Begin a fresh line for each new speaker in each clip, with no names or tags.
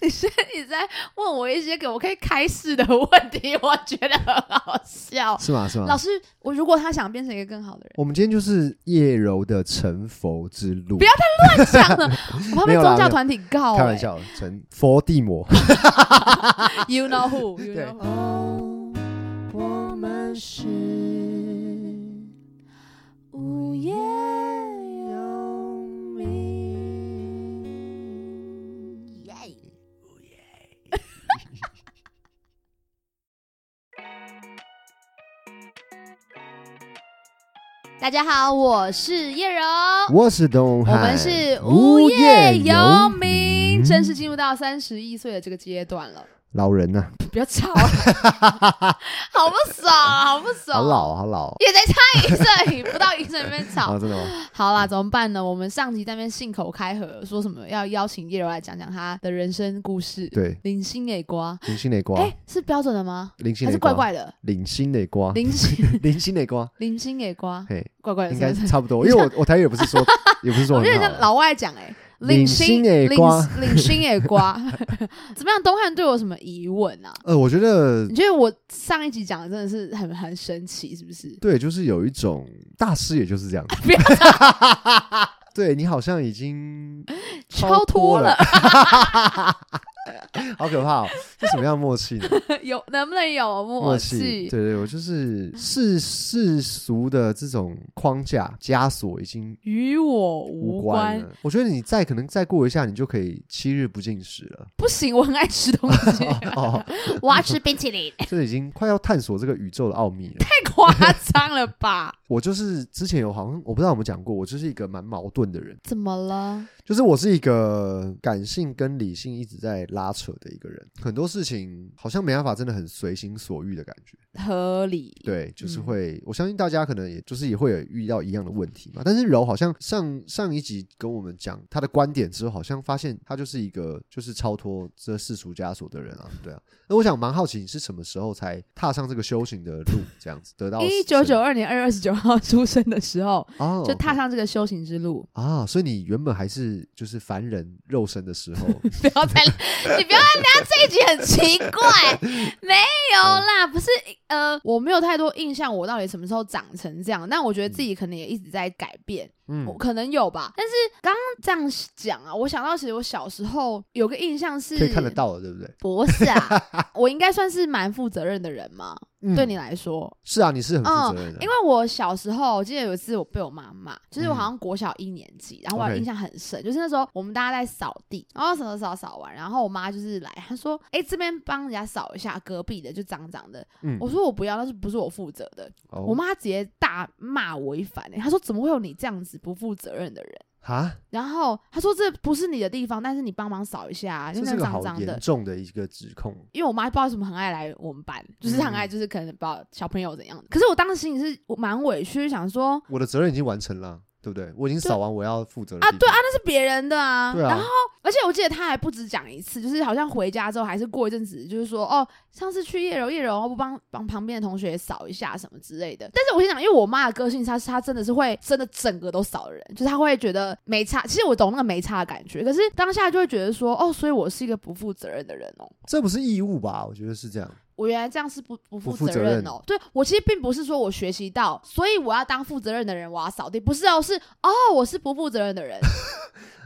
你是你在问我一些给我可以开示的问题，我觉得很好 笑。
是吗？是
老
吗？
师，我如果他想变成一个更好的人，
我们今天就是叶柔的成佛之路，
不要乱讲 了，我怕
没
被
有啦
宗
没
教
有
团体告、
开玩
欸。
笑，成佛 地魔。
You know who？You
对
know who？
哦，我们是无业游民。
大家好，我是叶柔，
我是东
我
汉，
们是无业游民，正式进入到三十一岁的这个阶段了。
老人啊呐、
不要吵， 好不爽，好不爽，
好老好老
也才差一岁，不到一岁那边
啊，
吵。
真的吗？
好啦，怎么办呢？我们上集在那边信口开河，说什么要邀请叶柔来讲讲她的人生故事，
对，
零星给瓜，
零星磊瓜
哎、，是标准的吗？
零星
还
磊
是怪
瓜，哦
怪的？
零星磊瓜，
零星
零星磊瓜，
零星给瓜，
嘿，
怪怪的，
应
是
该
不是
是差不多，因为我我台语也不是 说也不是说
我觉得
很
像
好啊，
老外讲哎、欸，
领
星
薪也
领
瓜
领星也瓜， 怎么样？东汉对我有什么疑问啊？
呃，我觉得
你觉得我上一集讲的真的是很很神奇，是不是？
对，就是有一种大师，也就是这样，
不要
对你好像已经
超脱了，
好可怕哦，这什么样的默契呢？
有能不能有 默契？
对对，我就是世世俗的这种框架枷锁已经
与我
无
无
关
关
了。我觉得你再可能再过一下，你就可以七日不进食 了。
不行，我很爱吃东 西，
哦，
我要吃冰淇淋，
这已经快要探索这个宇宙的奥秘了。
太夸张了吧？
我就是之前有好像我不知道有没有讲过，我就是一个蛮矛盾的人，
怎么了？
就是我是一个感性跟理性一直在拉扯的一个人，很多事情好像没办法真的很随心所欲的感觉。
合理，
对，就是
嗯
会，我相信大家可能也就是也会有遇到一样的问题嘛。但是柔好像上上一集跟我们讲他的观点之后，好像发现他就是一个就是超脱这世俗枷锁的人啊。对啊，那我想蛮好奇你是什么时候才踏上这个修行的路，这样子得到
一九九
神
二年二月二十九号出生的时候，
哦，
就踏上这个修行之路。
啊，所以你原本还是就是凡人肉身 的时候，
不要再，你不要人家这一集很奇 怪，没有啦，不是呃，我没有太多印象，我到底什么时候长成这样？但我觉得自己可能也一直在改变，
嗯
我，可能有吧。但是刚刚这样讲啊，我想到其实我小时候有个印象是
可以看得。到了，对不对？
不是 啊，我应该算是蛮负责任的人嘛，
嗯
对你来说，
是啊，你是很负
嗯
责任的，
因为我小时候，我记得有一次我被我妈骂，就是我
嗯
好像国小一年级，然后我
OK
印象很深，就是那时候我们大家在扫地，然后扫扫扫完，然后我妈就是来，她说：“哎、这边帮人家扫一下，隔壁的就脏脏的。”
嗯
我说：“我不要，那是不是我负责的？”
哦
我妈直接大骂我一番、欸，她说：“怎么会有你这样子不负责任的人？”
啊，
然后她说：“这不是你的地方，但是你帮忙扫一下啊，因
这
为
是
那
个
脏
好
脏的
严。”重的一个指控，
因为我妈不知道为什么很爱来我们班，就是她很爱，
嗯
就是可能不知道小朋友怎样的。可是我当时心里是我蛮委屈，想说
我的责任已经完成了，啊对不对？我已经
就
扫完我要负责的
啊，
地
对啊，
方
那是别人的啊。
对啊
然后，而且我记得他还不止讲一次，就是好像回家之后，还是过一阵子，就是说哦，上次去叶柔叶柔，不帮帮旁边的同学扫一下什么之类的。但是我心想，因为我妈的个性，她是她真的是会真的整个都扫的人，就是她会觉得没差。其实我懂那个没差的感觉，可是当下就会觉得说哦，所以我是一个不负责任的人哦。
这不是义务吧？我觉得是这样。
我原来这样是不不
不
负
负
责
责
任
任
哦。对我其实并不是说我学习到，所以我要当负责任的人，我要扫地，不是哦，是哦，我是不负责任的人。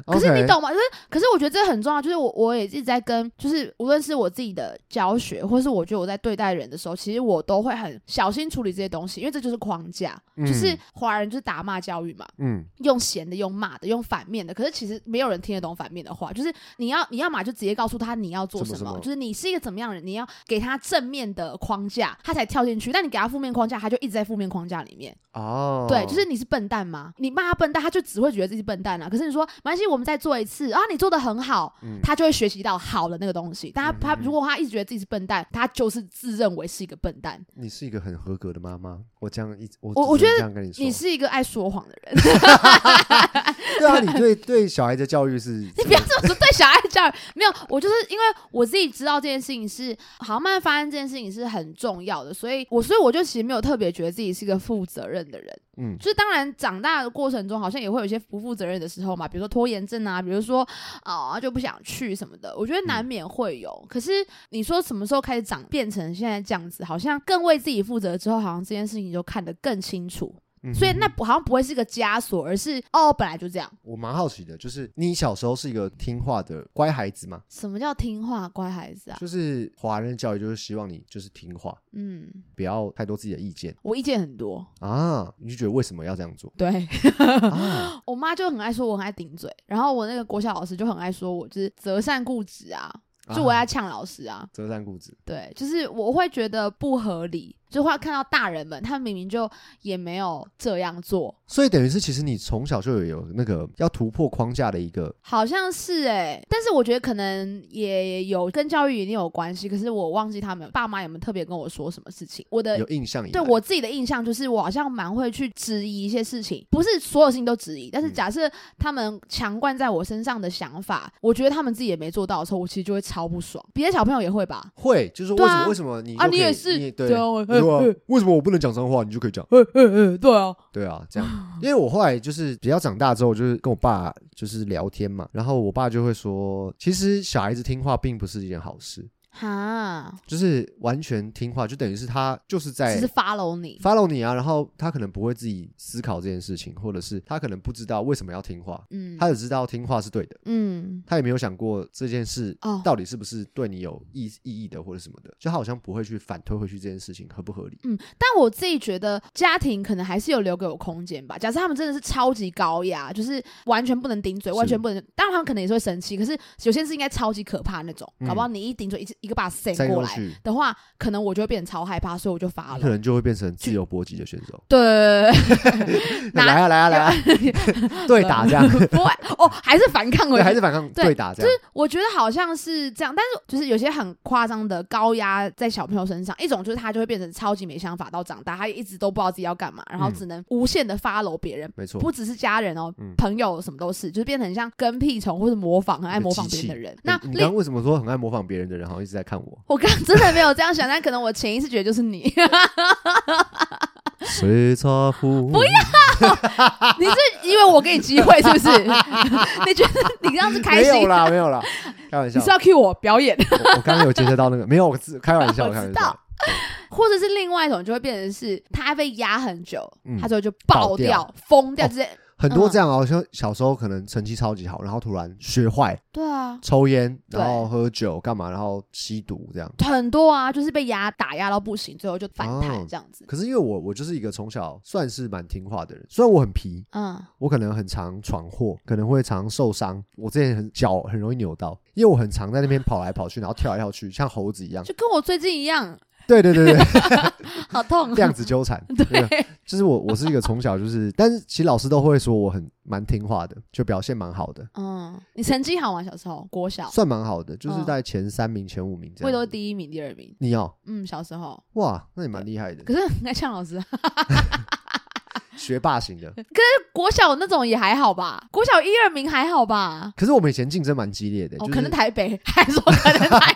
可是你
OK，
懂吗？就是，可是我觉得这很重要。就是我我也一直在跟，就是无论是我自己的教学，或是我觉得我在对待人的时候，其实我都会很小心处理这些东西，因为这就是框架，就是华人就是打骂教育嘛，
嗯
用闲的，用骂的，用反面的。可是其实没有人听得懂反面的话，就是你要你要嘛就直接告诉他你要做
怎
什么，
么什么
就是你是一个怎么样的人，你要给他正面的框架，他才跳进去。但你给他负面框架，他就一直在负面框架里面。
嗯哦，
对，就是你是笨蛋吗？你骂他笨蛋，他就只会觉得自己笨蛋啊。可是你说没关系，我们再做一次啊，你做的很好，
嗯
他就会学习到好的那个东西。但他、
嗯
他
嗯嗯
如果他一直觉得自己是笨蛋，他就是自认为是一个笨蛋。
你是一个很合格的妈妈。我这样一我
我我
只
觉
能
得
这样跟你说，
你是一个爱说谎的人，
对啊，你对 对小孩的 教育是
你不要这么说对小孩教育没有。我就是因为我自己知道这件事情是好像慢慢发现这件事情是很重要的，所以我所以我就其实没有特别觉得自己是一个负责任的人。
嗯，
就是当然长大的过程中，好像也会有一些不负责任的时候嘛，比如说拖延症啊，比如说啊、就不想去什么的，我觉得
嗯
难免会有。可是你说什么时候开始长变成现在这样子，好像更为自己负责之后，好像这件事情就看得更清楚，
嗯
所以
哼
那不好像不会是个枷锁，而是哦本来就这样。
我蛮好奇的，就是你小时候是一个听话的乖孩子吗？
什么叫听话乖孩子啊？
就是华人教育就是希望你就是听话，
嗯，
不要太多自己的意见
我意见很多，
啊，你就觉得为什么要这 样做
对。
啊？
我妈就很爱说我很爱顶嘴，然后我那个国小老师就很爱说我就是择善固执啊，就我在
啊
呛老师啊，
折扇固执，
对，就是我会觉得不合理，就会看到大人们他们明明就也没有这样做，
所以等于是其实你从小就有有那个要突破框架的一个，
好像是哎、但是我觉得可能也有跟教育一定有关系，可是我忘记他们爸妈有没有特别跟我说什么事情，我的
有印象以来
呃对我自己的印象就是，我好像蛮会去质疑一些事情，不是所有事情都质疑，但是
嗯
假设他们强灌在我身上的想法，我觉得他们自己也没做到的时候，我其实就会超不爽。别的小朋友也会吧？
会就是为
对
什
啊
么为什么你
啊
就可以
你也是
你对
对啊我
你说
嗯嗯
为什么我不能讲脏话，你就可以讲。
呃呃呃， 对啊，
对啊，这样，因为我后来就是比较长大之后，就是跟我爸就是聊天嘛，然后我爸就会说，其实小孩子听话并不是一件好事，
哈，
就是完全听话就等于是他就是在
只是 follow 你，
哎 follow 你啊，然后他可能不会自己思考这件事情，或者是他可能不知道为什么要听话，
嗯
他只知道听话是对的，
嗯，
他也没有想过这件事
哦
到底是不是对你有意意义的或者什么的，就他好像不会去反推回去这件事情合不合理。
但我自己觉得家庭可能还是有留给我空间吧。假设他们真的是超级高压，就是完全不能顶嘴，
是
完全不能，当然他们可能也是会生气，可是有些事应该超级可怕那种，
嗯
搞不好你一顶嘴，一一个把塞
再
过
过
来
去，
的话，可能我就会变得超害怕，所以我就发
你可
了。
能就会变成自由搏击的选手。
对，拿
来啊来啊来啊，对打这样，
不会哦，还是反抗回
对还
去。
是反抗
对
对打这样，
我觉得好像是这样，但是就是有些很夸张的高压在小朋友身上，一种就是他就会变成超级没想法，到长大他一直都不知道自己要干嘛，然后
嗯
只能无限的 follow 别人，
没错，
不只是家人哦，
嗯
朋友什么都是，就是变成像跟屁虫或者模仿，很爱模仿别人的人。那
你你刚
另
刚为什么说很爱模仿别人的人，好像一直在看我？
我刚真的没有这样想，但可能我潜意识觉得就是你，
谁在乎？不要，
你是因为我给你机 会是不是？你觉得你这样子开
没有
心？
啦，没有啦，开玩笑
你是。要 cue 我表演，
我我刚刚有接触到那个，没有，我自开玩笑，
我
开玩
知
笑
道。或者是另外一种就会变成是他被压很久，
嗯
他最后就爆
爆掉
疯掉，
哦
直接
很多这样哦，像小时候可能成绩超级好，然后突然学坏，
对啊，
抽烟，
对
然后喝酒，干嘛，然后吸毒这样。
很多啊，就是被压打压到不行，最后就反弹
哦
这样子。
可是因为我我就是一个从小算是蛮听话的人，虽然我很皮，
嗯，
我可能很常闯祸，可能会常受伤。我之前很脚很容易扭到，因为我很常在那边跑来跑去，然后跳来跳去， 像猴子一样。
就跟我最近一样，
对 对对对，
好痛。
量子纠缠。对， 啊
对，
就是我，我是一个从小就是， 但是其实老师都会说我很蛮听话的，就表现蛮好的，
嗯，你成绩好吗？小时候，国小，
算蛮好的，就是
嗯
在前三名、前五名这
我也都
样
是
子。
第一名、第二名。
你要
嗯，小时候，
哇，那你蛮厉害的，
可是很爱呛老师啊。
学霸型 的。
国小那种也还好吧，国小一二名还好吧。
可是我们以前竞争蛮激烈的，
哦，
就是啊
可能台北， 还说可能台，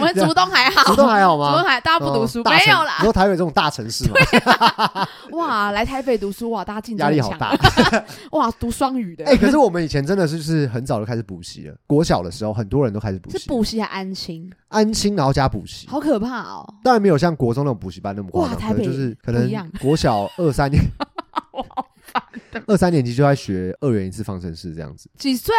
我 们竹东还好，
竹东还好吗
竹东还大家不读书，
哦大
没
城
有
你
啦。
说台北这种大城市嘛，
哇，来台北读书哇，大家竞争
压力
很
好
强啊
大。。
哇，读双语的，
哎、可是我们以前真的是就是很早就开始补习了，国小的时候很多人都开始补 习，
是补习还安亲，
安亲然后加补习，
好可怕哦。
当然没有像国中那种补习班那么夸
哇
张，
台
可能
北
就是可
不一
能
样
国小二三年，
哦
二三年级就在学二元一次方程式这样子，
几岁？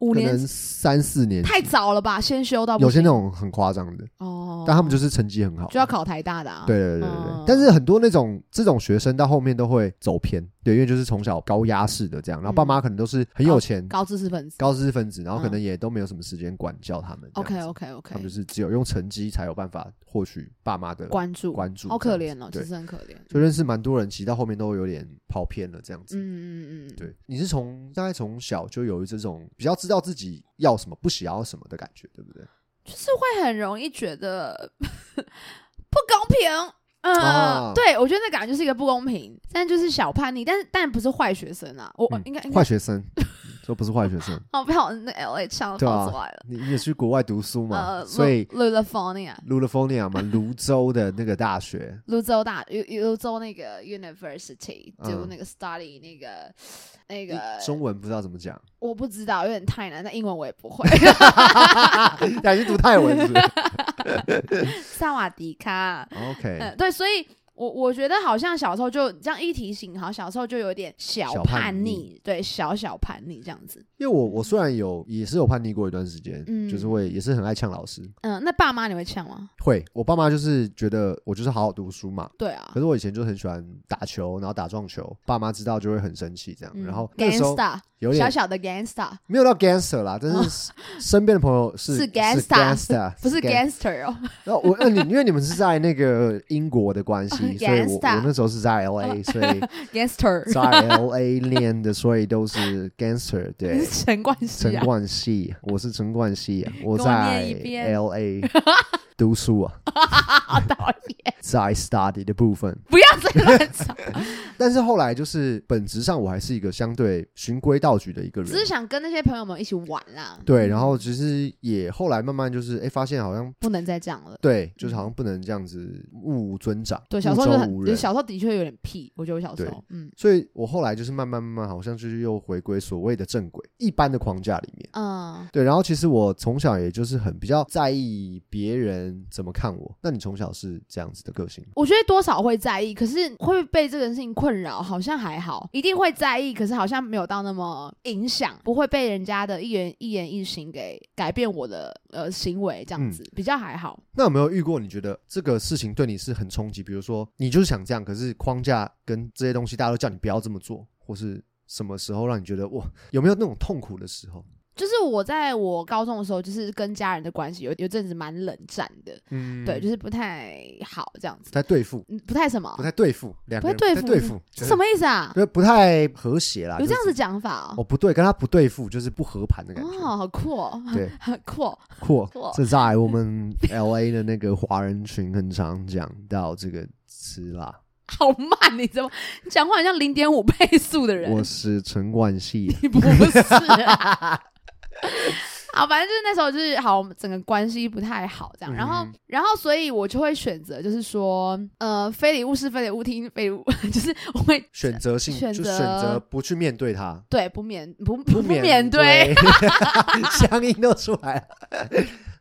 五
可
年
能三四年级
太早了吧？先修到不
有些
行
那种很夸张的，
哦，
但他们就是成绩很好，
就要考台大的啊。
对对对对对，
嗯
但是很多那种这种学生到后面都会走偏，对，因为就是从小高压式的这样，然后爸妈可能都是很有钱。
哦高知识分子。
高知识分子，然后可
嗯
能也都没有什么时间管教他们。这样
OK
子
OK
他
OK，
们就是只有用成绩才有办法获取爸妈的
关注
关注，
好
这
可
样子
怜哦，其
对，
实很可怜。
就认识蛮多人，其实到后面都有点跑偏了这样子。
嗯嗯嗯，嗯，
对，你是从大概从小就有这种比较知道自己要什么、不想要什么的感觉，对不对？
就是会很容易觉得 不公平。嗯、
啊
对，我觉得那感觉就是一个不公平，但就是小叛逆，但是但不是坏学生啊，我、
嗯
应该应该
坏学生， 都不是坏学生。
哦，被我那 L A 唱
对
跑
啊
出来了。
你你也去国外读书嘛，
呃，啊
所以
l u l i f o r n i a
Lulufonia 嘛，泸州的那个大学，
泸州大泸泸州那个 University
嗯
读那个 study 那个那个
中文不知道怎么讲，
我不知道，有点太难，但英文我也不 会。
呀，你是读泰文是不是
萨瓦迪卡，
？OK，
嗯，对，所以我我觉得好像小时候就这样一提醒，好像小时候就有点小
小叛
叛逆，
逆
对，小小叛逆这样子。
因为我我虽然有也是有叛逆过一段时间，
嗯
就是会也是很爱呛老师，
嗯，那爸妈你会呛吗？
会我爸妈就是觉得我就是好好读书嘛。
对啊
可，是我以前就很喜欢打球，然后打撞球，爸妈知道就会很生气这样。然后那个时候
gangster
有
嗯小
点
小的 gangster
没有到 gangster 啦，但是身边的朋友是
是 gangster
gangster，
不是
gang-
gangster 哦，
然后我，那你因为你们是在那个英国的关系，所以我我
Gangsta
那时候是在 L A，所以
gangster
在 L A 练的，所以都是 gangster
你
对。
是 陈冠希
陈
啊，
冠希，我是陈冠希，我
跟我
在
念一遍
L A 读书啊，
好讨厌，
在 study 的部分。
不要再乱吵。
但是后来就是本质上我还是一个相对循规蹈矩的一个人
只，是想跟那些朋友们一起玩啦。
对。然后其实也后来慢慢就是哎、诶发现好像
不能再这样了。
对，就是好像不能这样子目无尊长，
对，
目
小时候就
中
很，
无
就
人
是小时候的确有点屁，我觉得我小时
对
候，嗯
所以我后来就是慢慢慢慢，好像就是又回归所谓的正轨，一般的框架里面。
嗯，
对，然后其实我从小也就是很比较在意别人怎么看我。那你从小是这样子的个性吗？
我觉得多少会在意，可是会被这个事情困扰，好像还好，一定会在意，可是好像没有到那么影响，不会被人家的一言一言一行给改变我的呃行为，这样
嗯
子、比较还好。
那有没有遇过你觉得这个事情对你是很冲击？比如说你就是想这样，可是框架跟这些东西大家都叫你不要这么做，或是什么时候让你觉得哇，有没有那种痛苦的时候？
就是我在我高中的时候，就是跟家人的关系有有阵子蛮冷战的，
嗯，
对，就是不太好这样子，
在对付，
嗯不太什么
不，太对付，两个人
不太对
不
付
太对付，就是
什么意思啊？
对不太和谐啦，
有这样
就
子
是
讲法
哦，
哦，
不对，跟他不对付，就是不合盘的感觉。
哦，好酷哦，
对，
很酷哦，
酷
酷，
这在我们 L A 的那个华人群很常讲到这个词啦。
好慢，你怎么你讲话很像零点五倍速的人？
我是陈冠希，
你不是啊？好，反正就是那时候就是好，我们整个关系不太好这样，然后
嗯哼
然后所以我就会选择就是说，呃，非礼勿视，非礼勿听，非礼勿 就是我会
选择性
选
就
择
选择不去面对他，
对不免不不
免
免对
对， 乡音都出来了。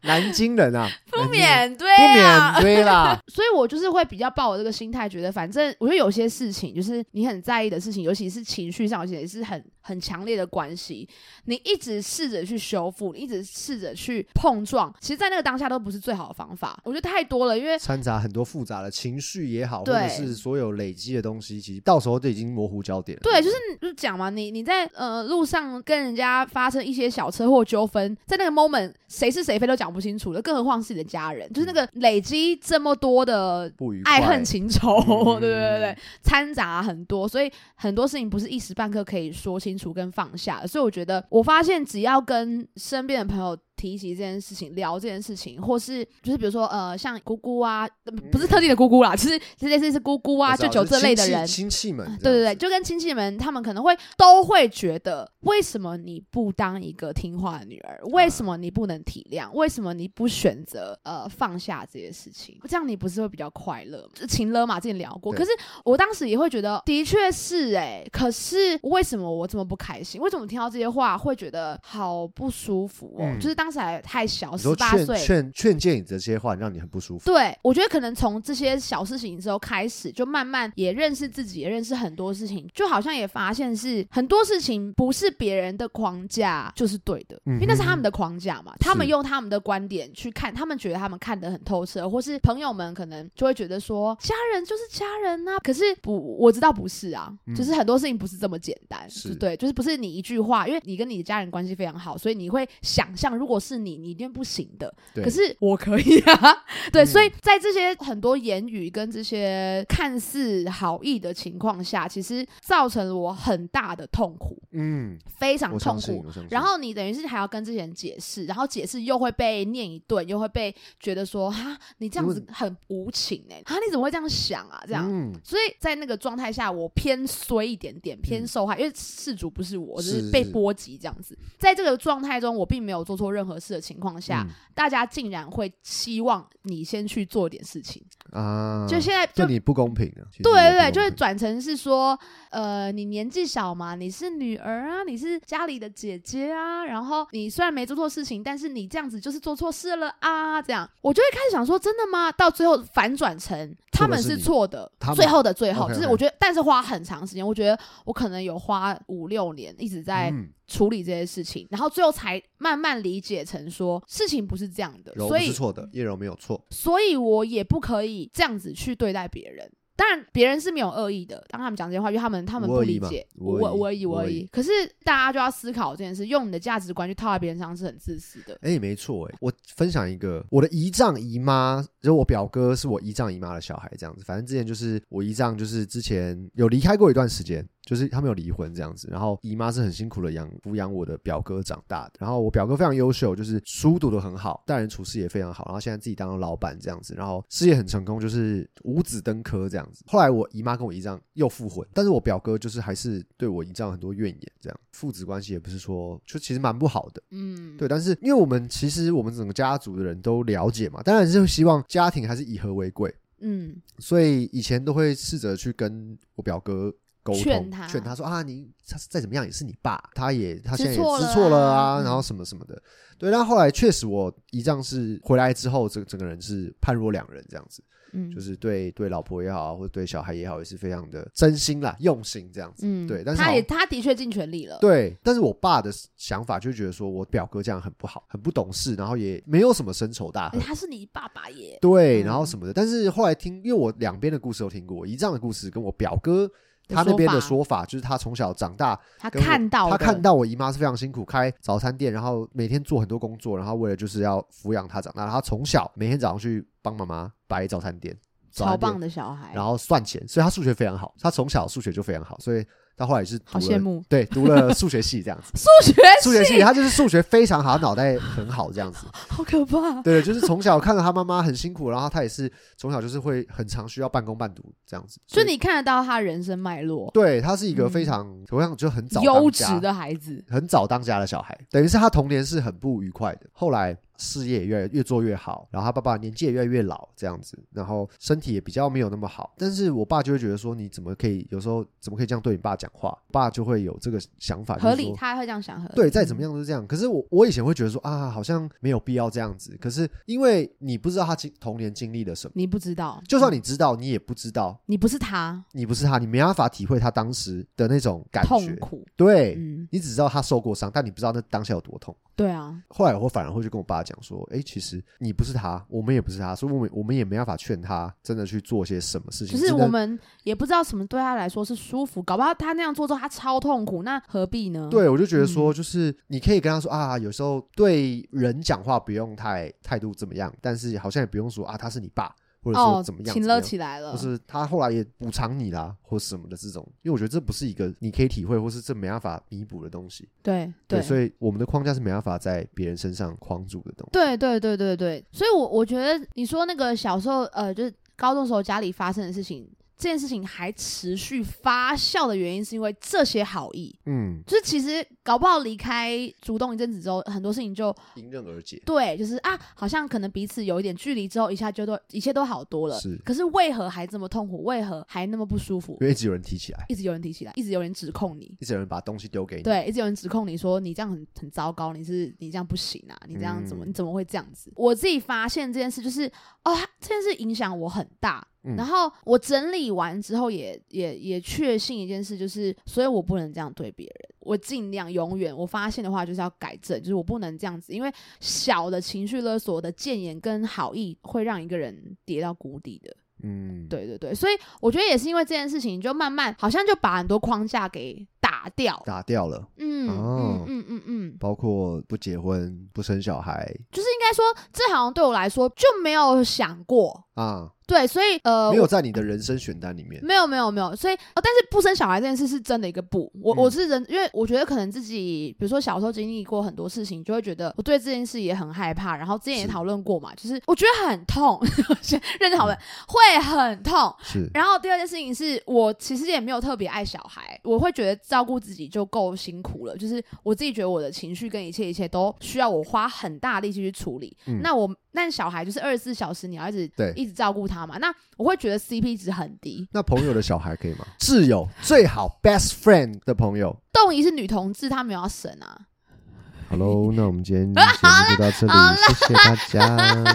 南京人啊，
不
南京人
免对
不
啊
免，对啦，
所以我就是会比较抱我这个心态，觉得反正我觉得有些事情就是你很在意的事情，尤其是情绪上，而且是很很强烈的关系，你一直试着去修复，你一直试着去碰撞，其实，在那个当下都不是最好的方法。我觉得太多了，因为
掺杂很多复杂的情绪 也好，或
对
者是所有累积的东西，其实到时候就已经模糊焦点了。
对，就是嗯就讲嘛，你你在呃路上跟人家发生一些小车祸纠纷，在那个 moment 谁是谁非都讲不清楚了，更何况是你的家人，就是那个累积这么多的
不愉快，
爱恨情仇，
嗯
对对对对，掺杂很多，所以很多事情不是一时半刻可以说清楚跟放下的。所以我觉得，我发现只要跟身边的朋友提起这件事情，聊这件事情，或是就是比如说呃，像姑姑啊，呃不是特定的姑姑啦，就是其实类似是姑姑啊、
我知
舅
道
舅
就是
这类的
亲戚
人，
亲戚们这样子，
对对对，就跟亲戚们，他们可能会都会觉得，为什么你不当一个听话的女儿？为什么你不能体谅？为什么你不选择呃放下这些事情？这样你不是会比较快乐吗？就情勒嘛，之前聊过。
对
可是我当时也会觉得，的确是哎、可是为什么我这么不开心？为什么听到这些话会觉得好不舒服哦？
嗯
就是当时还太小，
你
十
说
八
劝
岁，
劝劝诫你这些话，让你很不舒服。
对，我觉得可能从这些小事情之后开始，就慢慢也认识自己，也认识很多事情，就好像也发现是很多事情不是别人的框架就是对的，因为那是他们的框架嘛，他们
嗯是
用他们的观点去看，他们觉得他们看得很透彻，或是朋友们可能就会觉得说家人就是家人呐、可是不，我知道不是啊，就是很多事情不是这么简单，
嗯是
就对，就是不是你一句话，因为你跟你的家人关系非常好，所以你会想象如果果是你，你一定不行的。
对
可是我可以啊，对，
嗯
所以在这些很多言语跟这些看似好意的情况下，其实造成了我很大的痛苦，
嗯，
非常
我
痛
相信，
苦。
我相信。
然后你等于是还要跟这些人解释，然后解释又会被念一顿，又会被觉得说哈，你这样子
因
很无情哎、欸，哈，你怎么会这样想啊？这样，
嗯，
所以在那个状态下，我偏衰一点点，偏
嗯
受害，因为事主不是我，我
是
就是
是
被波及这样子。在这个状态中，我并没有做错任何事的情况
嗯
下，大家竟然会希望你先去做点事情，
嗯啊，
就现在就
对。你不公平啊！其实
对
你
对
也
对，
不公
就会
平
转成是说，呃，你年纪小嘛，你是女儿啊，你是家里的姐姐啊，然后你虽然没做错事情，但是你这样子就是做错事了啊，这样，我就会开始想说，真的吗？到最后反转成他们
错的是
是
你
错的
他，们
最后的最后，
OK，OK
就是我觉得，但是花很长时间，我觉得我可能有花五六年一直在
嗯
处理这些事情，然后最后才慢慢理解成说事情不是这样的，
柔
所
不
以
是错的，叶柔没有错。
所以我也不可以这样子去对待别人。当然，别人是没有恶意的，当他们讲这些话，因为他们他们
无
不
恶
理
意嘛
解，
无
我
恶意
我以
无
我
恶
以
意。
可是大家就要思考这件事，用你的价值观去套在别人身上是很自私的。
哎、没错哎、我分享一个，我的姨丈姨妈，就是我表哥是我姨丈姨妈的小孩，这样子。反正之前就是我姨丈，就是之前有离开过一段时间，就是他们有离婚这样子。然后姨妈是很辛苦的养抚养我的表哥长大的。然后我表哥非常优秀，就是书读得很好，待人处事也非常好。然后现在自己当了老板这样子，然后事业很成功，就是五子登科这样子。后来我姨妈跟我姨丈又复婚，但是我表哥就是还是对我姨丈很多怨言，这样父子关系也不是说就其实蛮不好的。
嗯，
对，但是因为我们其实我们整个家族的人都了解嘛，当然是希望家庭还是以和为贵，
嗯，
所以以前都会试着去跟我表哥沟通，
劝他
说啊，你他再怎么样也是你爸，他也他现在也
知错了
知错了
啊
啊，然
嗯
后什么什么的。对，但后来确实我姨丈是回来之后，整整个人是判若两人这样子，
嗯，
就是对对老婆也好啊，或者对小孩也好，也是非常的真心啦、用心这样子。
嗯，
对但是
他
好
也他的确尽全力了。，
对，但是我爸的想法就觉得说我表哥这样很不好，很不懂事，然后也没有什么深仇大
哎
恨。
他是你爸爸耶。
对，
嗯
然后什么的，但是后来听，因为我两边的故事都听过，我姨丈的故事跟我表哥
的
他那
说
边的
法
说法，就是他从小长大
他
跟我
看到
他
的
看到我姨妈是非常辛苦开早餐店，然后每天做很多工作，然后为了就是要抚养他长大，然后他从小每天早上去帮妈妈摆早餐店，早
超
餐店
棒的小孩，
然后算钱，所以他数学非常好，他从小数学就非常好，所以他后来也是
好
读
羡
了
慕
对，读了数学系这样子。
数学
数学系，他啊就是数学非常好，脑袋很好这样 子。
好可怕。
对，就是从小看到他妈妈很辛苦，然后他也是从小就是会很常需要半工半读这样子。
就
所以
你看得到他人生脉络，
对他是一个非
嗯
常，我想就很早
优
当
质
家
的孩子。
很早当家的小孩，等于是他童年是很不愉快的。后来事业也越来越做越好，然后他爸爸年纪也越来越老，这样子，然后身体也比较没有那么好。但是我爸就会觉得说，你怎么可以有时候怎么可以这样对你爸讲话？爸就会有这个想法，就是
合理，
啊说
他会这样想合理。
对，再怎么样都是这样。可是我我以前会觉得说啊，好像没有必要这样子。可是因为你不知道他经童年经历了什么，
你不知道，
就算
你
你知道，你也不知道，
你不是他，
你不是他，你没办法体会他当时的那种感
痛
觉。
苦，
对，
嗯，
你只知道他受过伤，但你不知道那当下有多痛。
对啊，
后来我反而会去跟我爸讲说，哎，其实你不是他，我们也不是他，所以我们我们也没办法劝他真的去做些什么事情。
就是
真的
我们也不知道什么对他来说是舒服，搞不好他那样做之后他超痛苦，那何必呢？，
对，我就觉得
嗯
说，就是你可以跟他说啊，有时候对人讲话不用太态度怎么样，但是好像也不用说啊，他是你爸，或者
哦
说怎么，样，
请
怎么
了
样
起来了
或，是他后来也补偿你啦，或什么的这种，因为我觉得这不是一个你可以体会，或是这没办法弥补的东西。
对
对，所以我们的框架是没办法在别人身上框住的东西。
对对对对对，所以我我觉得你说那个小时候呃，就是高中时候家里发生的事情。这件事情还持续发酵的原因，是因为这些好意，
嗯，
就是其实搞不好离开主动一阵子之后，很多事情就
迎刃而解。
对，就是啊，好像可能彼此有一点距离之后，一下就都一切都好多了。
是
可是为何还这么痛苦？为何还那么不舒服
因？为一直有人提起来，
一直有人提起来，一直有人指控你，
一直有人把东西丢给你。，
对，一直有人指控你说你这样很很糟糕，你是你这样不行啊，你这样怎么、
嗯
你怎么会这样子？我自己发现这件事就是哦，它这件事影响我很大。
嗯
然后我整理完之后也，也也确信一件事，就是所以我不能这样对别人，我尽量永远我发现的话就是要改正，就是我不能这样子，因为小的情绪勒索的谏言跟好意会让一个人跌到谷底的。
嗯，，
对对对，所以我觉得也是因为这件事情，就慢慢好像就把很多框架给打掉。
打掉了，
嗯、
哦
嗯嗯嗯嗯，
包括不结婚、不生小孩
就是应该说，这好像对我来说就没有想过。
啊，
对，所以呃，嗯
没有在你的人生选单里面。
没有没有没有，所以、哦、但是不生小孩这件事是真的一个不，我、
嗯
我是人，因为我觉得可能自己，比如说小时候经历过很多事情，就会觉得我对这件事也很害怕。然后之前也
是嗯
讨论过嘛，就是我觉得很痛， 先认真讨论会很痛。
是，
然后第二件事情是我其实也没有特别爱小孩，我会觉得照顾自己就够辛苦了，就是我自己觉得我的情绪跟一切一切都需要我花很大力气去处理。
嗯
那我那小孩就是二十四小时你要一直
对
一直照顾他嘛，那我会觉得 CP 值很低。
那朋友的小孩可以吗？挚友最好 best friend 的朋友。
动仪是女同志，她没有要生啊，
Hello，那我们今天节目就到这里，谢谢
她
大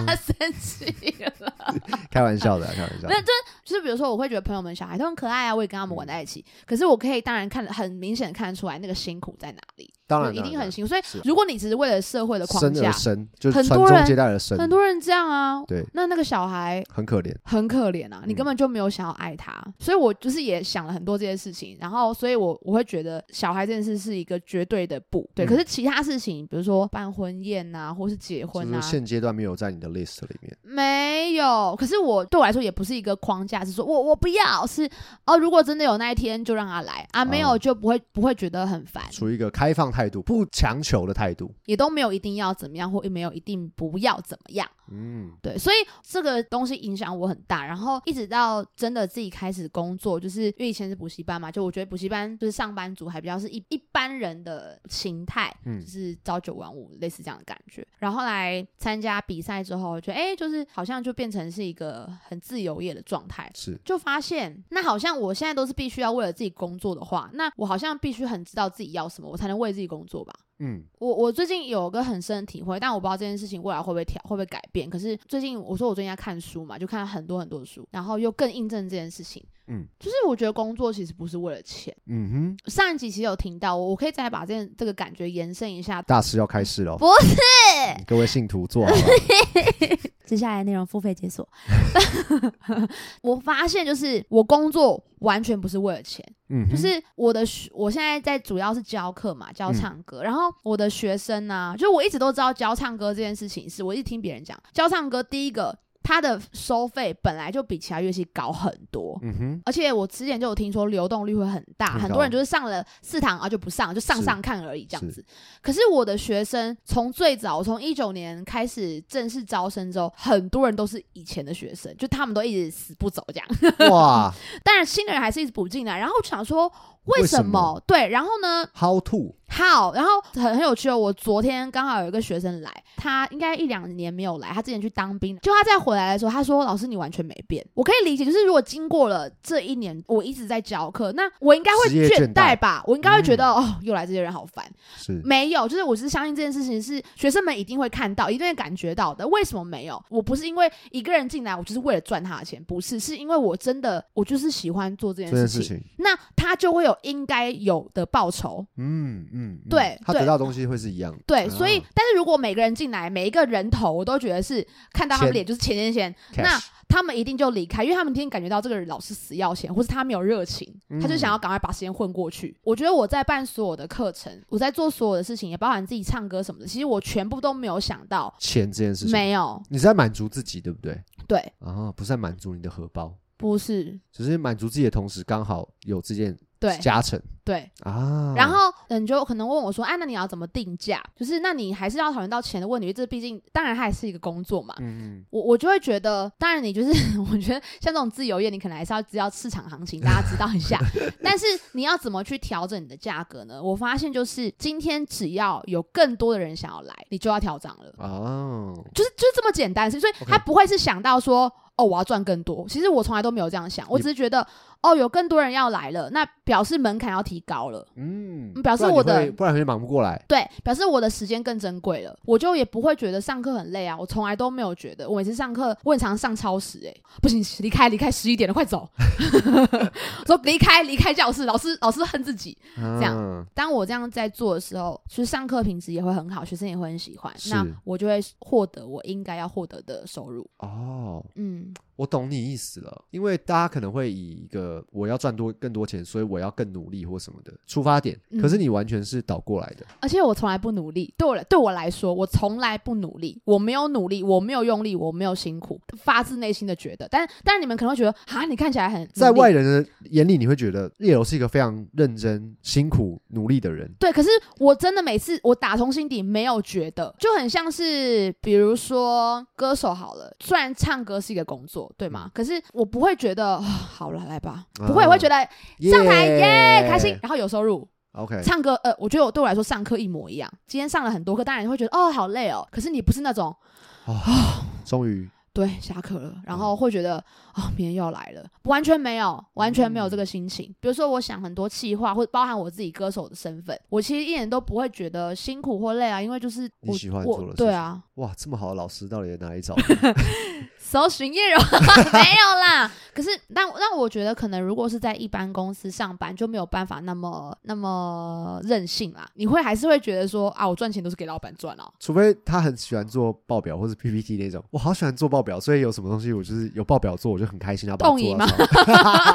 家。
生气了。
开玩笑的啊，开玩笑的
没。有就是比如说，我会觉得朋友们小孩都很可爱啊，我也跟他们玩在一起。可是我可以当然看得很明显的看得出来那个辛苦在哪里，
当然
就一定
当
很辛苦。所以
是
如果你只是为了社会的框
生
架
而，生，就是
很
传
多
宗
人
接代而生，
很多人这样啊。
对，
那那个小孩
很可怜。
很可怜啊，你根
嗯
本就没有想要爱他，所以我就是也想了很多这些事情，然后所以我我会觉得小孩这件事是一个绝对的不对，
嗯
可是其他事情，比如说办婚宴啊，或是结
就
婚
是
啊，
现阶段没有在你的 list 里面，
没有，可是我对我来说也不是一个框架，是说我我不要，是哦，如果真的有那一天就让他来啊，没有
哦
就不会不会觉得很烦，
处于一个开放态度、不强求的态度。
也都没有一定要怎么样，或没有一定不要怎么样。
嗯，
对，所以这个东西影响我很大，然后一直到真的自己开始工作，就是因为以前是补习班嘛，就我觉得补习班就是上班族还比较是一一般人的形态，
嗯
就是朝九晚五类似这样的感觉。然后后来参加比赛之后，觉得哎、诶就是好像就变成是一个很自由业的状态。
是
就发现，那好像我现在都是必须要为了自己工作的话，那我好像必须很知道自己要什么，我才能为自己工作吧。
嗯，
我我最近有个很深的体会，但我不知道这件事情未来会不会调，会不会改变。可是最近我说我最近在看书嘛，就看了很多很多书，然后又更印证这件事情。
嗯，
就是我觉得工作其实不是为了钱。
嗯哼，
上一集其实有听到，我我可以再把这件这个感觉延伸一下。
大师要开始了，
不
是，各位信徒坐好了，
接下来内容付费解锁。 我发现就是我工作完全不是为了钱，
嗯嗯哼，
就是我的学，我现在在主要是教课嘛，教唱歌。然后我的学生呢、就我一直都知道教唱歌这件事情是，我一直听别人讲教唱歌，第一个它的收费本来就比其他乐器高很多。
嗯哼，
而且我之前就有听说流动率会很大，
很
很
高
多人就是上了四堂啊就不上，就上
是
上看而已这样
是
子。可是我的学生从最早我从一九年开始正式招生之后，很多人都是以前的学生，就他们都一直死不走这样。
哇
当然新的人还是一直补进来，然后我想说
为
为
什
什
么
么？对，然后呢
，How to，
好，然后很很有趣哦。我昨天刚好有一个学生来，他应该一两年没有来，他之前去当兵，就他再回来的时候，他说：“老师，你完全没变。”我可以理解，就是如果经过了这一年，我一直在教课，那我应该会
职业倦
倦
怠嗯
怠吧？我应该会觉得、哦，又来这些人好烦。
是
没有，就是我只是相信这件事情是学生们一定会看到，一定会感觉到的。为什么没有？我不是因为一个人进来，我就是为了赚他的钱，不是，是因为我真的我就是喜欢做这
这
件
件
事
事
情，
情，
那他就会有应该有的报酬。
嗯嗯，嗯
对
他
对
得到的东西会是一样的，
对，所以
啊
但是如果每个人进来，每一个人头，我都觉得是看到他
钱
们脸就是钱钱钱，那
cash
他们一定就离开，因为他们一定感觉到这个人老是死要钱，或是他没有热情，
嗯
他就想要赶快把时间混过去。我觉得我在办所有的课程，我在做所有的事情，也包含自己唱歌什么的，其实我全部都没有想到，
钱这件事情，
没有，
你是在满足自己，对不对？
对，
啊，不是在满足你的荷包，
不是，
只是满足自己的同时，刚好有这件
对
加成
对，
啊。
然后嗯，你就可能问我说，哎、那你要怎么定价？就是那你还是要讨论到钱的问题，因为这毕竟当然它也是一个工作嘛。
嗯，嗯，
我我就会觉得，当然你就是， 我觉得像这种自由业，你可能还是要知道市场行情，大家知道一下。但是你要怎么去调整你的价格呢？我发现就是今天只要有更多的人想要来，你就要调涨了，
哦，
就是就是这么简单。所以
OK
他不会是想到说。哦，我要赚更多。其实我从来都没有这样想，我只是觉得，哦，有更多人要来了，那表示门槛要提高了。
嗯，
嗯表示
不然你
我的
会不然会忙不过来。
对，表示我的时间更珍贵了，我就也不会觉得上课很累啊，我从来都没有觉得，我每次上课我很常上超时、欸，不行，离开离开，十一点了，快走， 说离开离开教室，老师老师恨自己。
这
样当我这样在做的时候，其实上课品质也会很好，学生也会很喜欢，那
是
我就会获得我应该要获得的收入。
哦，
嗯，
我懂你意思了，因为大家可能会以一个我要赚多更多钱，所以我要更努力或什么的出发点，
嗯
可是你完全是倒过来的。
而且我从来不努力，对我来对我来说，我从来不努力，我没有努力，我没有用力，我没有辛苦，发自内心的觉得。但但你们可能会觉得，啊，你看起来很努力
在外人的眼里，你会觉得叶柔是一个非常认真、辛苦、努力的人。
对，可是我真的每次我打从心底没有觉得，就很像是比如说歌手好了，虽然唱歌是一个工作，对吗？可是我不会觉得，啊好了，来吧，不会，
啊
我会觉得上台耶开心，
耶
然后有收入。
OK，
唱歌，呃，我觉得我对我来说上课一模一样。今天上了很多课，当然会觉得哦好累哦。可是你不是那种
终于
对下课了，然
嗯
后会觉得哦明天又要来了，完全没有，完全没
嗯
有这个心情。比如说我想很多气话，或者包含我自己歌手的身份，我其实一点都不会觉得辛苦或累啊，因为就是
你
我
喜欢
我
做的事
对
情
啊，
哇，这么好的老师到底哪里找？
搜寻叶柔 没有啦。可是，但但我觉得可能如果是在一般公司上班，就没有办法那么那么任性啦。你会还是会觉得说啊，我赚钱都是给老板赚哦、
除非他很喜欢做报表或是 PPT 那种，我好喜欢做报表，所以有什么东西我就是有报表做，我就很开心，然后把它
动你
做到
吗
超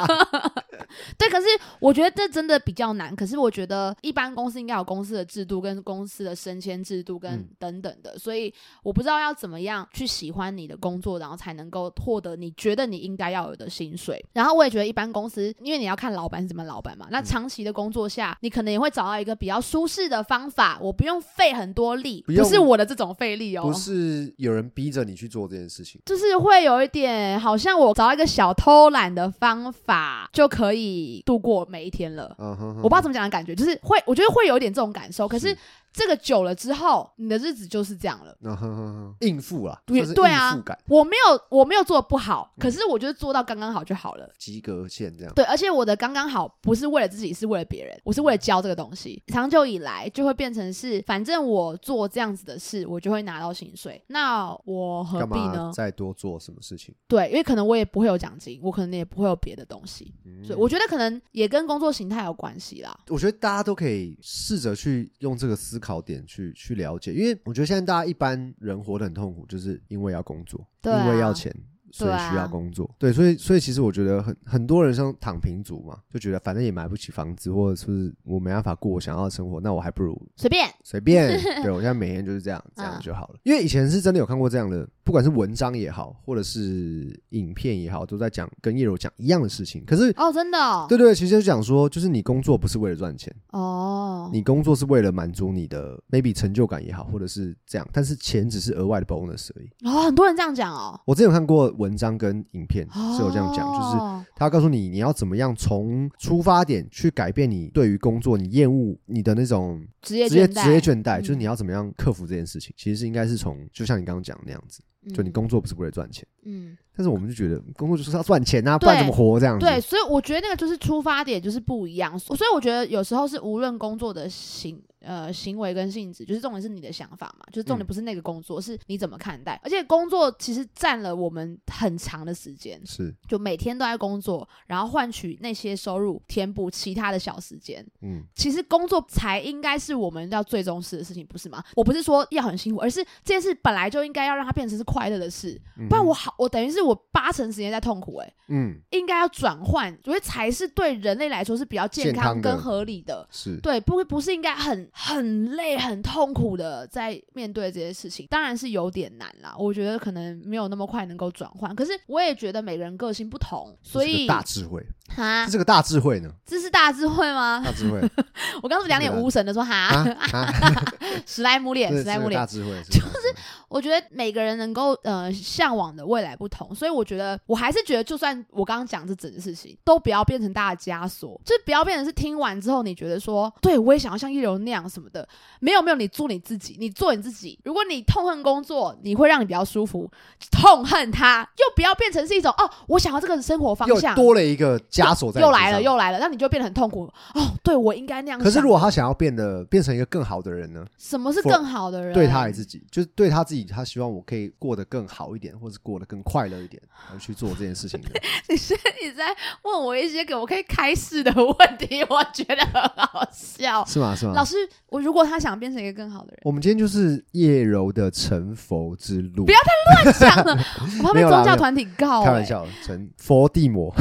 对，可是我觉得这真的比较难。可是我觉得一般公司应该有公司的制度、跟公司的升迁制度跟
嗯
等等的，所以我不知道要怎么样去喜欢你的工作，然后才能够获得你觉得你应该要有的薪水。然后我也觉得一般公司，因为你要看老板是怎么老板
嗯
嘛，那长期的工作下，你可能也会找到一个比较舒适的方法，我不用费很多力，
不
不是
用
我的这种费力哦，
不是有人逼着你去做这件事情。
就是会有一点，好像我找到一个小偷懒的方法就可以度过每一天了。
嗯哼哼，
我不知道怎么讲的感觉，就是会，我觉得会有一点这种感受。可是这个久了之后，你的日子就是这样了。
嗯哼哼哼，应付啦，
对
就是
对啊
应付感，
我没有，我没有做得不好，
嗯
可是我觉得做到刚刚好就好了。
及格线这样。
对，而且我的刚刚好不是为了自己，是为了别人，我是为了教这个东西。长久以来就会变成是，反正我做这样子的事，我就会拿到薪水，那我何
干
必
嘛
呢？
再多做什么事情？
对，因为可能我也不会有奖金，我可能也不会有别的东西，
嗯
所以我觉得可能也跟工作形态有关系啦。
我觉得大家都可以试着去用这个思考点去去了解，因为我觉得现在大家一般人活得很痛苦，就是因为要工作，
对啊
因为要钱。所以
对啊
需要工作，对，所以所以其实我觉得很很多人像躺平族嘛，就觉得反正也买不起房子，或者是我没办法过我想要的生活，那我还不如
随便，
随便。对我现在每天就是这样，这
嗯
样就好了。因为以前是真的有看过这样的，不管是文章也好，或者是影片也好，都在讲跟叶柔讲一样的事情。可是，
哦，真的哦，
对对，其实就是讲说，就是你工作不是为了赚钱，
哦，
你工作是为了满足你的 maybe 成就感也好，或者是这样，但是钱只是额外的 bonus 而已。
哦，很多人这样讲哦，
我之前有看过文章跟影片是有这样讲，就是
是
他告诉你你要怎么样从出发点去改变你对于工作你厌恶你的那种
职业
职业
倦怠
职业倦怠，
嗯
就是你要怎么样克服这件事情，其实是应该是从就像你刚刚讲的那样子，就你工作不是为了赚钱，
嗯，
但是我们就觉得工作就是要赚钱啊，不然怎么活这样
嗯
子？
对，所以我觉得那个就是出发点就是不一样，所以我觉得有时候是无论工作的行呃行为跟性质，就是重点是你的想法嘛，就是重点
嗯
不是那个工作，是你怎么看待，而且工作其实占了我们很长的时间，
是，
就每天都在工作，然后换取那些收入填补其他的小时间，
嗯，
其实工作才应该是我们要最重视的事情，不是吗？我不是说要很辛苦，而是这件事本来就应该要让它变成是快乐的事，
嗯
不然我好，我等于是我八成时间在痛苦、欸，
嗯
应该要转换，我觉得才是对人类来说是比较健
健康
康
的
跟合理的。
是
对，不不是应该很很累、很痛苦的在面对这些事情，当然是有点难啦。我觉得可能没有那么快能够转换，可是我也觉得每个人个性不同，所
这是
以
个大智慧，
哈
这，是个大智慧呢，
这是大智慧吗？
大智慧
我刚刚是两脸无神的说哈，
啊啊，
史莱姆脸，
这
史
是
莱姆
个
脸
大。智慧，就是
我觉得每个人能够呃向往的未来不同，所以我觉得我还是觉得，就算我刚刚讲这整件事情，都不要变成大家的枷锁，就不要变成是听完之后你觉得说，对我也想要像叶柔那样什么的。没有没有，你做你自己，你做你自己。如果你痛恨工作，你会让你比较舒服，痛恨它，又不要变成是一种哦，我想要这个生活方
又
向。
多了一个枷锁在你
又
身
来
上，
了，又来了，那你就变得很痛苦哦。对我应该那样想。
可是如果他想要变得变成一个更好的人呢？
什么是
for-
更好的人？
对他也自己，就是对他自己，他希望我可以过得更好一点，或者过得更快乐一点，而去做这件事情的。
你是你在问我一些给我可以开示的问题，我觉得很好笑。
是吗？是吗
老？师，就是我如果他想变成一个更好的人，
我们今天就是叶柔的成佛之路，
不要乱讲了，我怕
没
被
有啦
宗教团体告、
开玩
欸。
笑，成佛地魔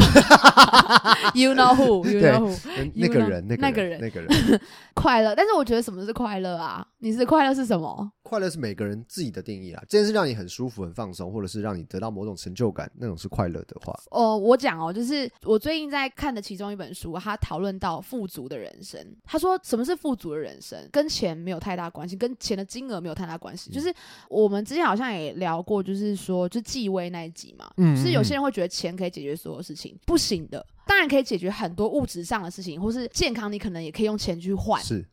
You know who? You
对
know who?
那个
know-
人，那
那
个
个
人，
人
那个人，
快乐，但是我觉得什么是快乐啊？你是快乐是什么？
快乐是每个人自己的定义啊。这件事让你很舒服、很放松，或者是让你得到某种成就感，那种是快乐的话，
哦，我讲哦，就是我最近在看的其中一本书，他讨论到富足的人生。他说，什么是富足的人生，跟钱没有太大关系，跟钱的金额没有太大关系。就是
嗯
我们之前好像也聊过，就是说，就纪薇那一集嘛，
嗯
就是有些
嗯
人会觉得钱可以解决所有事情，不行的。当然可以解决很多物质上的事情，或是健康，你可能也可以用钱去换。
是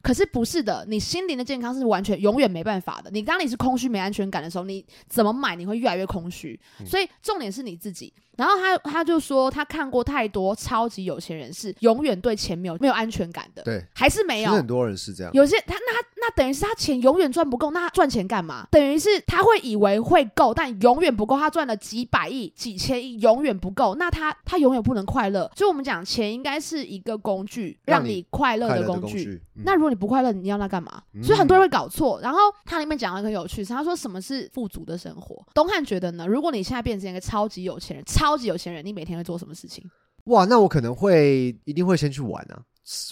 可是不是的，你心灵的健康是完全永远没办法的。你当你是空虚没安全感的时候，你怎么买你会越来越空虚。
嗯
所以重点是你自己。然后他他就说他看过太多超级有钱人是永远对钱没有没有安全感的，
对。
还是没
其
有
实。很多人是这样，
有些他那他那等于是他钱永远赚不够，那他赚钱干嘛？等于是他会以为会够，但永远不够。他赚了几百亿、几千亿，永远不够。那他他永远不能快乐。所以我们讲，钱应该是一个工具，
让
让
你
你快乐
快乐
的
的
工具。
具。嗯
那如果你不快乐，你要那干嘛？
嗯
所以很多人会搞错。然后它里面讲了一个有趣事，他说什么是富足的生活？东汉觉得呢，如果你现在变成一个超级有钱人，超级有钱人，你每天会做什么事情？
哇，那我可能会一定会先去玩啊，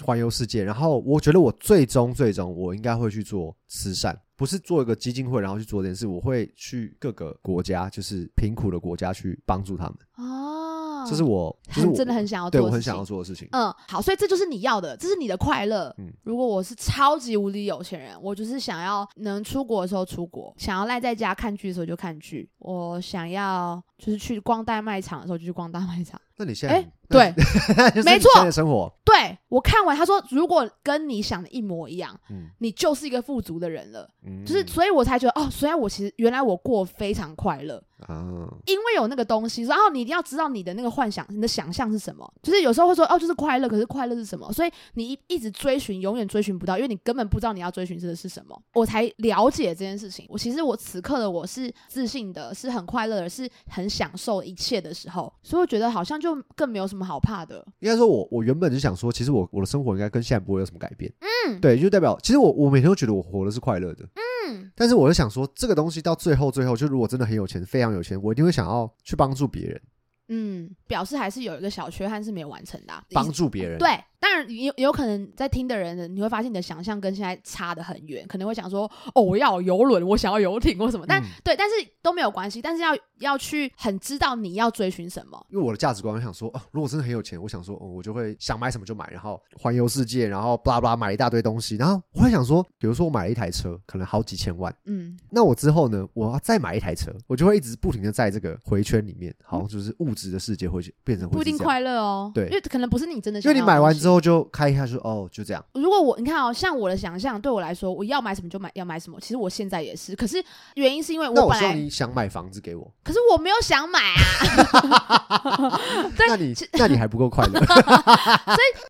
环游世界。然后我觉得我最终最终我应该会去做慈善，不是做一个基金会然后去做这件事，我会去各个国家，就是贫苦的国家去帮助他们。
哦，
这是我，这是
很
我
真的很想要
对
做
我
的
很
事
想
情
要。做的事情。
嗯，好，所以这就是你要的，这是你的快乐。
嗯
如果我是超级无敌有钱人，我就是想要能出国的时候出国，想要赖在家看剧的时候就看剧，我想要就是去逛大卖场的时候就去逛大卖 场。
那你现在
哎，，对，
那就是
没
你现在
错
的生活，
对我看完，他说如果跟你想的一模一样，
嗯
你就是一个富足的人了。
嗯
就是，所以我才觉得哦，虽然我其实原来我过得非常快乐，
啊，
因为有那个东西。然后你一定要知道你的那个幻想，你的想象是什么。就是有时候会说哦，就是快乐，可是快乐是什么？所以你一一直追寻，永远追寻不到，因为你根本不知道你要追寻的是什么。我才了解这件事情。我其实我此刻的我是自信的，是很快乐的，是很享受一切的时候，所以我觉得好像就更没有什么好怕的。
应该说我，我原本就想说，其实我我的生活应该跟现在不会有什么改变。嗯，对，就代表其实我我每天都觉得我活的是快乐的。嗯，但是我就想说，这个东西到最后最后，就如果真的很有钱，非常有钱，我一定会想要去帮助别人，
嗯，表示还是有一个小缺憾是没有完成的啊、
帮助别人。，
对，当然也有也有可能在听的人，你会发现你的想象跟现在差得很远，可能会想说，哦，我要有游轮，我想要游艇或什么，但、
嗯
对，但是都没有关系，但是要要去很知道你要追寻什么。
因为我的价值观，我想说，哦、如果真的很有钱，我想说、哦，我就会想买什么就买，然后环游世界，然后巴拉巴拉买一大堆东西，然后我会想说，比如说我买了一台车，可能好几千万。
嗯，
那我之后呢，我要再买一台车，我就会一直不停的在这个回圈里面，好像就是物质的世界会变成会
不一
是
定
这样
快乐哦，
对
因为可能不是你真的
因
想要
为
的
你
东西。
买完之后就开一下说哦，就这样，
如果我你看哦，像我的想象，对我来说，我要买什么就买，要买什么。其实我现在也是，可是原因是因为
那
我
我
本
希望
来，
你想买房子给我，
可是我没有想买啊。对
那你那你还不够快乐，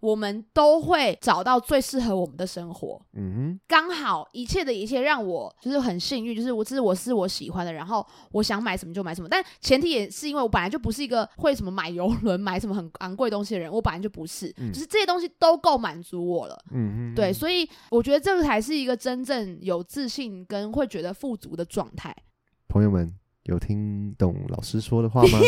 我们都会找到最适合我们的生活，
嗯
刚好一切的一切让我就是很幸运，就是我这是我是我喜欢的，然后我想买什么就买什么。但前提也是因为我本来就不是一个会什么买游轮、买什么很昂贵东西的人，我本来就不是，
嗯
就是这些东西都够满足我了。
哼嗯 哼，
对，所以我觉得这个才是一个真正有自信跟会觉得富足的状态。
朋友们有听懂老师说的 话吗？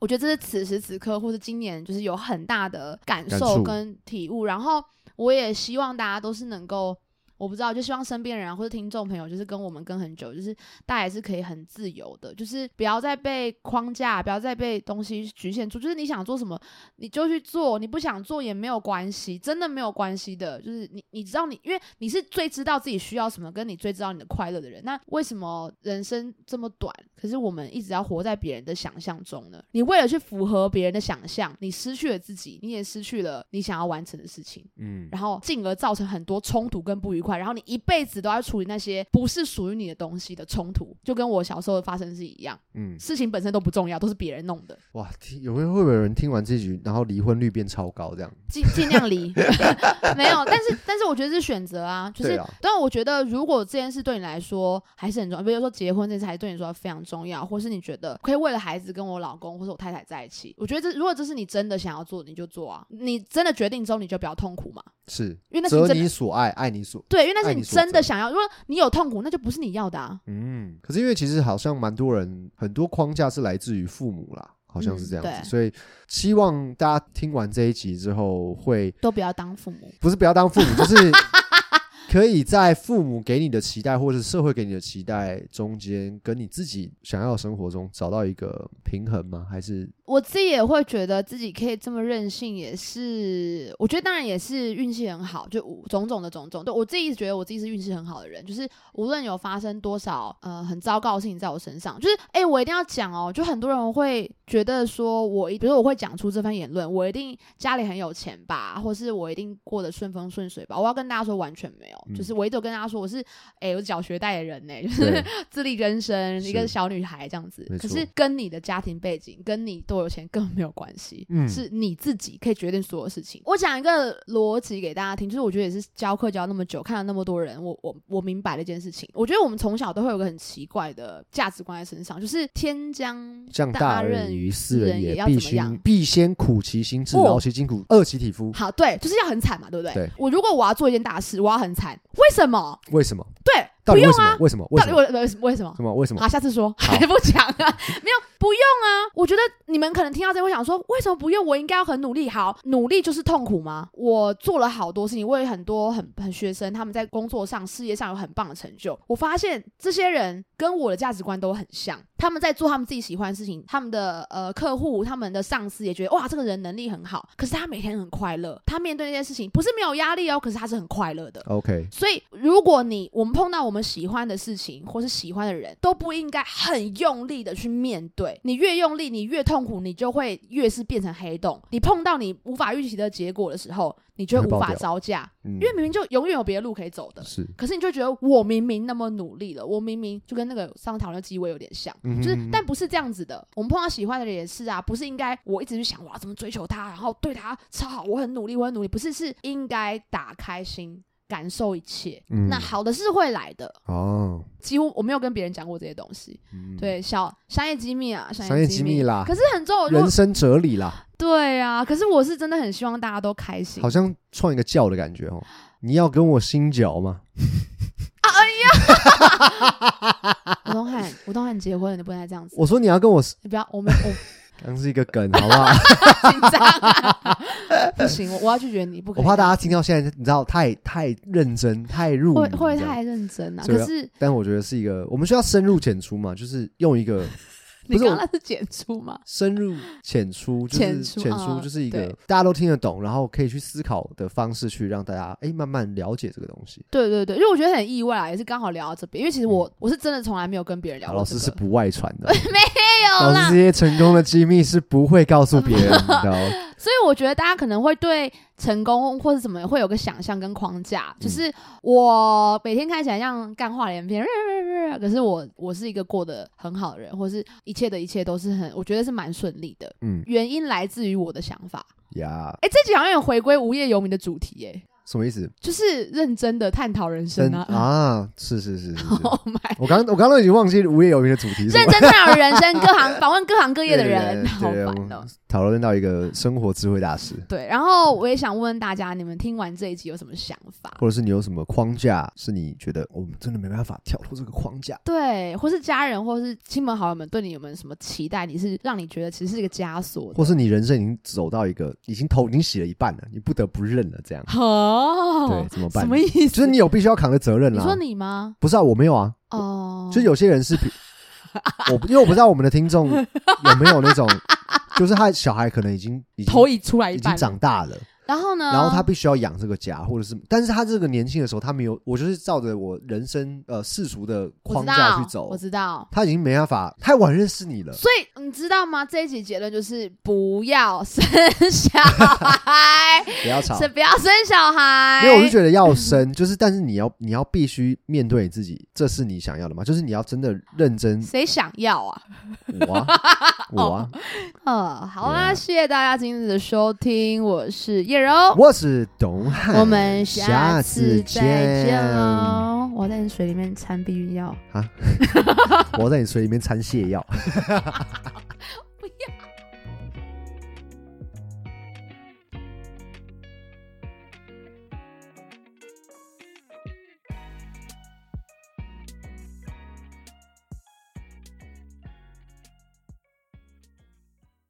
我觉得这是此时此刻或是今年就是有很大的感
感触
受跟体悟。然后我也希望大家都是能够，我不知道，就希望身边人啊或者听众朋友，就是跟我们跟很久，就是大家也是可以很自由的，就是不要再被框架，不要再被东西局限住。就是你想做什么，你就去做，你不想做也没有关系，真的没有关系的。就是你你知道你，因为你是最知道自己需要什么，跟你最知道你的快乐的人。那为什么人生这么短，可是我们一直要活在别人的想象中呢？你为了去符合别人的想象，你失去了自己，你也失去了你想要完成的事情，
嗯，
然后进而造成很多冲突跟不愉快，然后你一辈子都要处理那些不是属于你的东西的冲突，就跟我小时候发生是一样，
嗯，
事情本身都不重要，都是别人弄的。
哇，听有没有会不会有人听完这局，然后离婚率变超高这样？
尽尽量离，没有，但是 但是我觉得是选择啊，就
对
是
啊，
但我觉得如果这件事对你来说还是很重要，比如说结婚这件事还是对你来说非常重要，或是你觉得可以为了孩子跟我老公或是我太太在一起，我觉得这如果这是你真的想要做的，你就做啊，你真的决定之后你就不要痛苦嘛，
是
因为那是你
择
真
你
的
所爱，爱你所。
对，因为那
爱
是
你
你
所
真的
择
想要。如果你有痛苦，那就不是你要的啊。
嗯，可是因为其实好像蛮多人很多框架是来自于父母啦，好像是
嗯
这样子，
对
所以希望大家听完这一集之后会
都不要当父母。
不是不要当父母，就是 可以在父母给你的期待或者社会给你的期待中间，跟你自己想要的生活中找到一个平衡吗？还是
我自己也会觉得自己可以这么任性，也是我觉得当然也是运气很好，就五种种的种种。对我自己觉得我自己是运气很好的人，就是无论有发生多少呃很糟糕的事情在我身上，就是哎、我一定要讲哦，就很多人会觉得说我一，比如说我会讲出这番言论，我一定家里很有钱吧，或是我一定过得顺风顺水吧。我要跟大家说完全没有，
嗯
就是我一直有跟大家说我是哎、我是缴学贷的人呢、就是
对
自力更生，一
是
个小女孩这样子
没。
可
错
是跟你的家庭背景、跟你多有钱根本没有关系，
嗯
是你自己可以决定所有事情。我讲一个逻辑给大家听，就是我觉得也是教课教那么久，看了那么多人，我我我明白了一件事情。我觉得我们从小都会有个很奇怪的价值观在身上，就是天将
像大任于斯人
也
也，
要怎
必
么样
须？必先苦其心志，
不
劳其筋骨，饿其体肤。
好，对，就是要很惨嘛，对不对？
对
我如果我要做一件大事，我要很惨，为什么？
为什么？
对，
到
不
底为
用
什么
啊？。
为什么？为
到
什
底啊
么？
为为为什么？
什么？为什么？
好，下次说，还不讲啊？没有，不用啊。我觉得你们可能听到这会想说，为什么不用？我应该要很努力。好，努力就是痛苦吗？我做了好多事情，我也很多很很学生，他们在工作上、事业上有很棒的成就。我发现这些人跟我的价值观都很像，他们在做他们自己喜欢的事情，他们的呃客户、他们的上司也觉得哇，这个人能力很好，可是他每天很快乐，他面对那些事情不是没有压力哦，可是他是很快乐的。
OK，
所以，如果你我们碰到我们喜欢的事情或是喜欢的人，都不应该很用力的去面对。你越用力，你越痛苦，你就会越是变成黑洞。你碰到你无法预期的结果的时候，你就会
你会
无
爆
法
掉
招架，
嗯
因，为明明就永远有别的路可以走的。
是
可是你就觉得我明明那么努力了，我明明就跟那个上次讨论的鸡尾有点像，
嗯哼
就是
嗯哼
但不是这样子的。我们碰到喜欢的人也是啊，不是应该我一直去想我要怎么追求他，然后对他超好，我很努力，我很努力，不是是应该打开心感受一切。
嗯
那好的是会来的，
哦，
几乎我没有跟别人讲过这些东西。
嗯，
对，小商业机密啊，
商业机密
啦。
啦
可，是很重要，如
人
果
生哲理啦，
对啊，可是我是真的很希望大家都开心
好。像创一个教的感觉哦。你要跟我心绞吗？
吴东汉，吴东汉结婚了，你不能再这样子，
我说你要跟我，
你不要，我们我
刚是一个梗，好 不好？
紧张、啊， 不行，我我要拒绝你，不可
我
以。
怕大家听到现在，你知道太太认真、太入
会
迷这
会
样
太认真啊。
所以
可是
但我觉得是一个，我们需要深入浅出嘛，就是用一个
你
不是
刚
我
刚那是剪出吗？
深入浅出，就
浅
是
出
浅
嗯
出，就是一个
对
大家都听得懂，然后可以去思考的方式，去让大家哎慢慢了解这个东西。
对对对，因为我觉得很意外啊，也是刚好聊到这边，因为其实我嗯我是真的从来没有跟别人聊
好
过
老
这
师
个。
是不外传 的，
没有
老师
啦
这，些成功的机密是不会告诉别人 的。
所以我觉得大家可能会对成功或者怎么会有个想象跟框架，就是我每天看起来像干话连篇，可是我我是一个过得很好的人，或是一切的一切都是很，我觉得是蛮顺利的。
嗯
原因来自于我的想法。
呀，
哎，这集好像有回归无业游民的主题耶、
什么意思？
就是认真的探讨人生
真
啊。
啊，是是 是是是。
Oh my！
我刚我刚刚已经忘记无业游民的主题是什
认
么，
真探讨人生，各行访问各行各业的人，
对对对
好
对
烦哦、
讨论到一个生活智慧大师，
对，然后我也想问大家，你们听完这一集有什么想法？
或者是你有什么框架是你觉得我们真的没办法跳脱这个框架？
对，或是家人，或是亲朋好友们对你有没有什么期待？你是让你觉得其实是一个枷锁的？
或是你人生已经走到一个已经头已经洗了一半了，你不得不认了，这样、
哦
对，，怎么办？
什么意思？
就是你有必须要扛的责任
你
啦。
说你吗？
不是啊，我没有啊，
哦，
就是有些人 是比，我不因为我不知道我们的听众有没有那种，就是他小孩可能已经已经
头已出来一
已
半了，嗯
经长大了，
然后呢？
然后他必须要养这个家，或者是，但是他这个年轻的时候，他没有，我就是照着我人生呃世俗的
我
框
知
架去
道，
走
我，知道。
他已经没办法，太晚认识你了。
所以你知道吗？这一集结论就是不要生小孩。
不要吵，
是不要生小孩。，
没有，我是觉得要生，就是但是你要你要必须面对你自己，这是你想要的吗？就是你要真的认真
谁想要啊？
我 啊，我啊，
呃，好啦，
Yeah
谢谢大家今日的收听，我是叶柔，
我是董汉，
我们下次
次
再见喽。我要在你水里面掺避孕药。
我在你水里面掺泻药。